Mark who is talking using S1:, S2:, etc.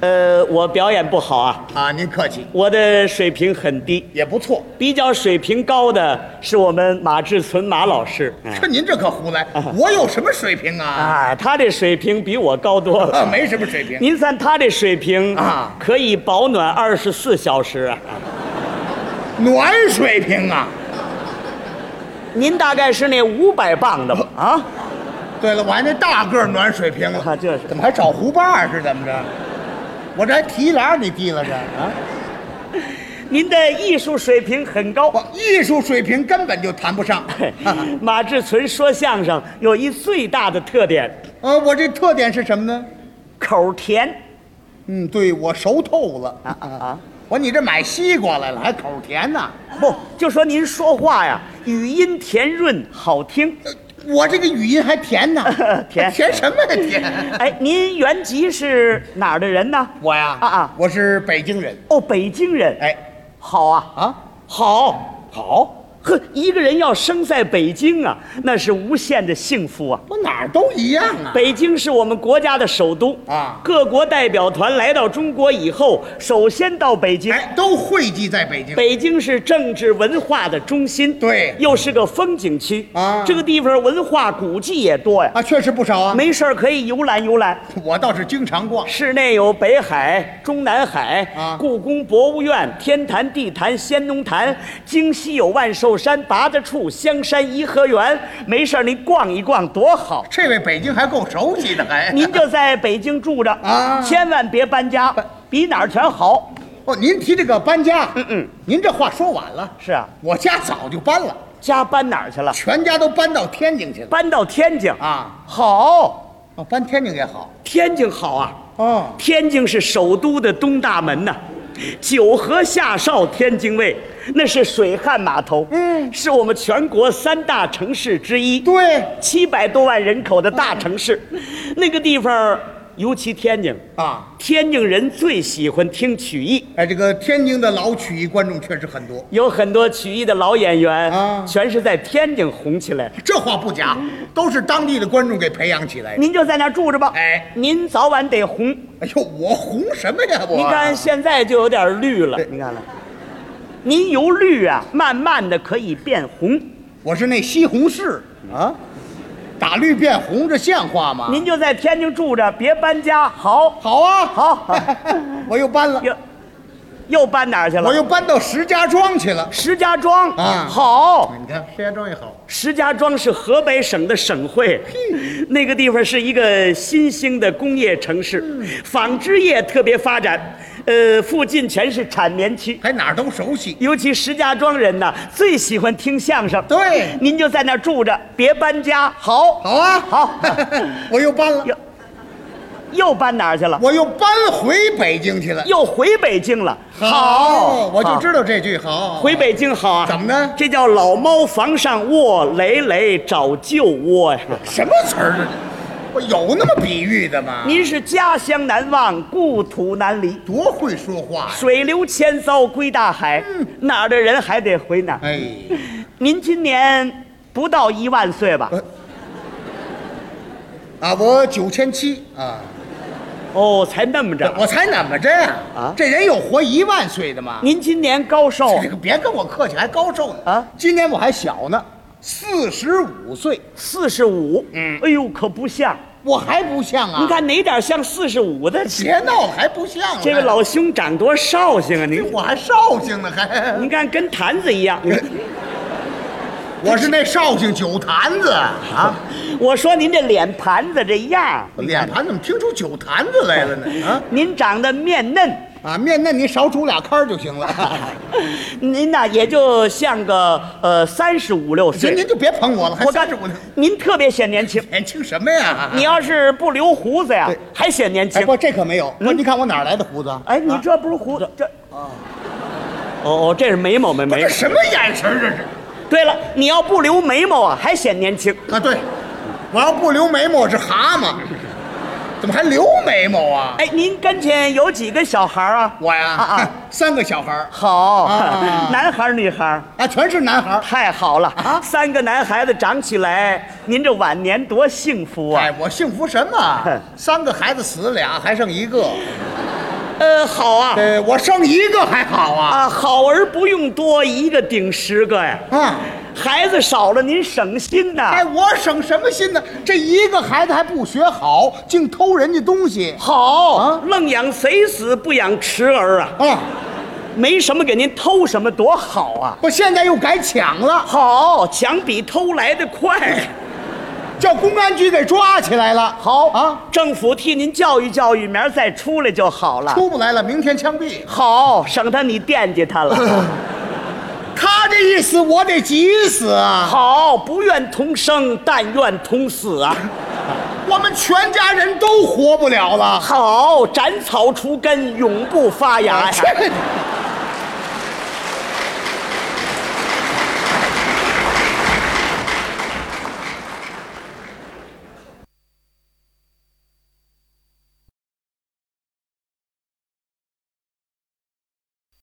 S1: 呃，我表演不好啊，
S2: 啊，您客气，
S1: 我的水平很低。
S2: 也不错。
S1: 比较水平高的是我们马志存马老师，
S2: 这您这可胡来，我有什么水平啊？
S1: 啊，他这水平比我高多
S2: 啊，
S1: 了。
S2: 没什么水平。
S1: 您看他这水平
S2: 啊
S1: 可以保暖二十四小时啊。
S2: 暖水平啊！
S1: 您大概是那五百磅的吧？啊，
S2: 对了，我还那大个儿暖水瓶
S1: 啊
S2: 了，
S1: 这是
S2: 怎么还找胡巴儿是怎么着？我这还提篮儿你提了这啊？
S1: 您的艺术水平很高。
S2: 我艺术水平根本就谈不上。 啊
S1: 马志存说相声有一最大的特点，
S2: 呃，我这特点是什么呢？
S1: 口甜。
S2: 嗯，对我熟透了
S1: 啊啊啊！
S2: 我你这买西瓜来了，还口甜呢？
S1: 不，就说您说话呀，语音甜润好听。，
S2: 呃我这个语音还甜呢
S1: 甜
S2: 甜什么呀甜？
S1: 哎，您原籍是哪儿的人呢？
S2: 我呀
S1: 啊啊
S2: 我是北京人。
S1: 哦，北京人。
S2: 哎，
S1: 好啊，
S2: 啊，
S1: 好，好。呵，一个人要生在北京啊，那是无限的幸福啊。
S2: 我哪儿都一样啊。
S1: 北京是我们国家的首都
S2: 啊
S1: 各国代表团来到中国以后，首先到北京。
S2: 哎，都汇集在北京。
S1: 北京是政治文化的中心，
S2: 对
S1: 又是个风景区
S2: 啊
S1: 这个地方文化古迹也多呀，
S2: 啊，确实不少啊。
S1: 没事儿可以游览游览。
S2: 我倒是经常逛。
S1: 市内有北海、中南海、
S2: 啊
S1: 故宫博物院、天坛、地坛、先农坛；京西有万寿山、八大处、香山颐和园。没事儿您逛一逛多好。
S2: 这位北京还够熟悉的，哎还
S1: 您就在北京住着
S2: 啊
S1: 千万别搬家，比哪儿全好。
S2: 哦，您提这个搬家，嗯嗯，您这话说晚了。
S1: 是啊，
S2: 我家早就搬了，
S1: 家搬哪儿去了？
S2: 全家都搬到天津去了
S1: 搬到天津
S2: 啊。
S1: 好，
S2: 哦，搬天津也好。
S1: 天津好啊。
S2: 哦，
S1: 天津是首都的东大门呐、九河下哨天津卫，那是水旱码头，
S2: 嗯
S1: 是我们全国三大城市之一，
S2: 对
S1: 七百多万人口的大城市，那个地方，尤其天津，
S2: 啊，
S1: 天津人最喜欢听曲艺。
S2: 哎，这个天津的老曲艺观众确实很多，
S1: 有很多曲艺的老演员
S2: 啊
S1: 全是在天津红起来。
S2: 这话不假，都是当地的观众给培养起来的。
S1: 您就在那儿住着吧，
S2: 哎
S1: 您早晚得红。
S2: 哎呦，我红什么呀？我啊
S1: 您看现在就有点绿了，您看了，您由绿啊，慢慢的可以变红。
S2: 我是那西红柿啊，打绿变红，这像话吗？
S1: 您就在天津住着，别搬家。好，
S2: 好啊，
S1: 好好
S2: 我又搬了。
S1: 又又搬哪儿去了？
S2: 我又搬到石家庄去了。
S1: 石家庄
S2: 啊
S1: 好，
S2: 你看石家庄也好，
S1: 石家庄是河北省的省会，那个地方是一个新兴的工业城市，纺织业特别发展，呃，附近全是产棉区。
S2: 还哪儿都熟 悉。
S1: 尤其石家庄人呐，最喜欢听相声。
S2: 对
S1: 您就在那儿住着，别搬家。好，
S2: 好啊，
S1: 好
S2: 我又搬了
S1: 又，又搬哪儿去了？
S2: 我又搬回北京去了。
S1: 又回北京了。
S2: 我就
S1: 好
S2: 知道这句好。
S1: 回北京好啊？
S2: 怎么呢
S1: 这叫老猫房上卧，累累找旧窝呀。
S2: 什么词儿啊？我有那么比喻的吗？
S1: 您是家乡难忘，故土难离。
S2: 多会说话呀！
S1: 水流千艘归大海，哪儿的人还得回哪儿。
S2: 嗯哎，
S1: 您今年不到一万岁
S2: 哎
S1: 吧？
S2: 啊，我九千七啊，
S1: 哦，才那么着。
S2: 我才怎么着呀？
S1: 啊
S2: 这人有活一万岁的吗？
S1: 您今年高寿
S2: 这个别跟我客气，还高寿呢
S1: 哦啊
S2: 今年我还小呢，四十五岁，
S1: 四十五，
S2: 嗯
S1: 哎呦，可不像。
S2: 我还不像啊！
S1: 您看哪点像四十五的？
S2: 别闹了，还不像了哎
S1: 这位老兄长多绍兴啊！您
S2: 我还绍兴呢， 还
S1: 您看跟坛子一样。
S2: 我是那绍兴酒坛子啊！
S1: 我说您这脸盘子这样，
S2: 脸盘怎么听出酒坛子来了呢？啊
S1: 您长得面嫩，
S2: 啊，面嫩你少煮俩糠儿 就行了。
S1: 您呐也就像个呃三十五六
S2: 行，
S1: 岁。
S2: 您就别捧我了，还
S1: 我
S2: 三
S1: 告
S2: 十
S1: 诉
S2: 五
S1: 你
S2: 呢，
S1: 您特别显年轻。
S2: 年轻什么呀？
S1: 你要是不留胡子呀
S2: 对，
S1: 还显年
S2: 哎
S1: 轻。
S2: 不，这可没有。不，你看我哪儿来的胡子？
S1: 嗯
S2: 啊
S1: 哎，你这不是胡子，这哦哦，这是眉毛没
S2: 不
S1: 眉
S2: 这
S1: 毛。
S2: 什么眼神儿这是？
S1: 对了，你要不留眉毛啊，还显年轻。
S2: 啊，对，我要不留眉毛我是蛤蟆，怎么还留眉毛啊？
S1: 哎，您跟前有几个小孩儿啊？
S2: 我呀，
S1: 啊啊
S2: 三个小孩儿
S1: 好，
S2: 啊
S1: 男孩儿女孩儿，
S2: 啊，全是男孩儿。
S1: 太好了三个男孩子长起来，您这晚年多幸福啊！
S2: 哎，我幸福什么？三个孩子死俩，还剩一个，
S1: 呃，好啊，
S2: 呃，我生一个还好啊。
S1: 啊，好儿不用多，一个顶十个呀。
S2: 啊，
S1: 孩子少了您省心呐、
S2: 哎，我省什么心呢？这一个孩子还不学好，净偷人家东西。
S1: 好，
S2: 啊
S1: 愣养贼子不养迟儿啊，
S2: 啊，
S1: 没什么给您偷什么，多好啊！
S2: 我现在又改抢了，
S1: 好，抢比偷来的快。
S2: 叫公安局给抓起来了。好啊，
S1: 政府替您教育教育，明儿再出来就好了。
S2: 出不来了，明天枪毙。
S1: 好，省得你惦记他了。
S2: 他这一死，我得急死啊！
S1: 好，不愿同生，但愿同死啊！
S2: 我们全家人都活不了了。
S1: 哎好，斩草除根，永不发芽呀！
S2: 去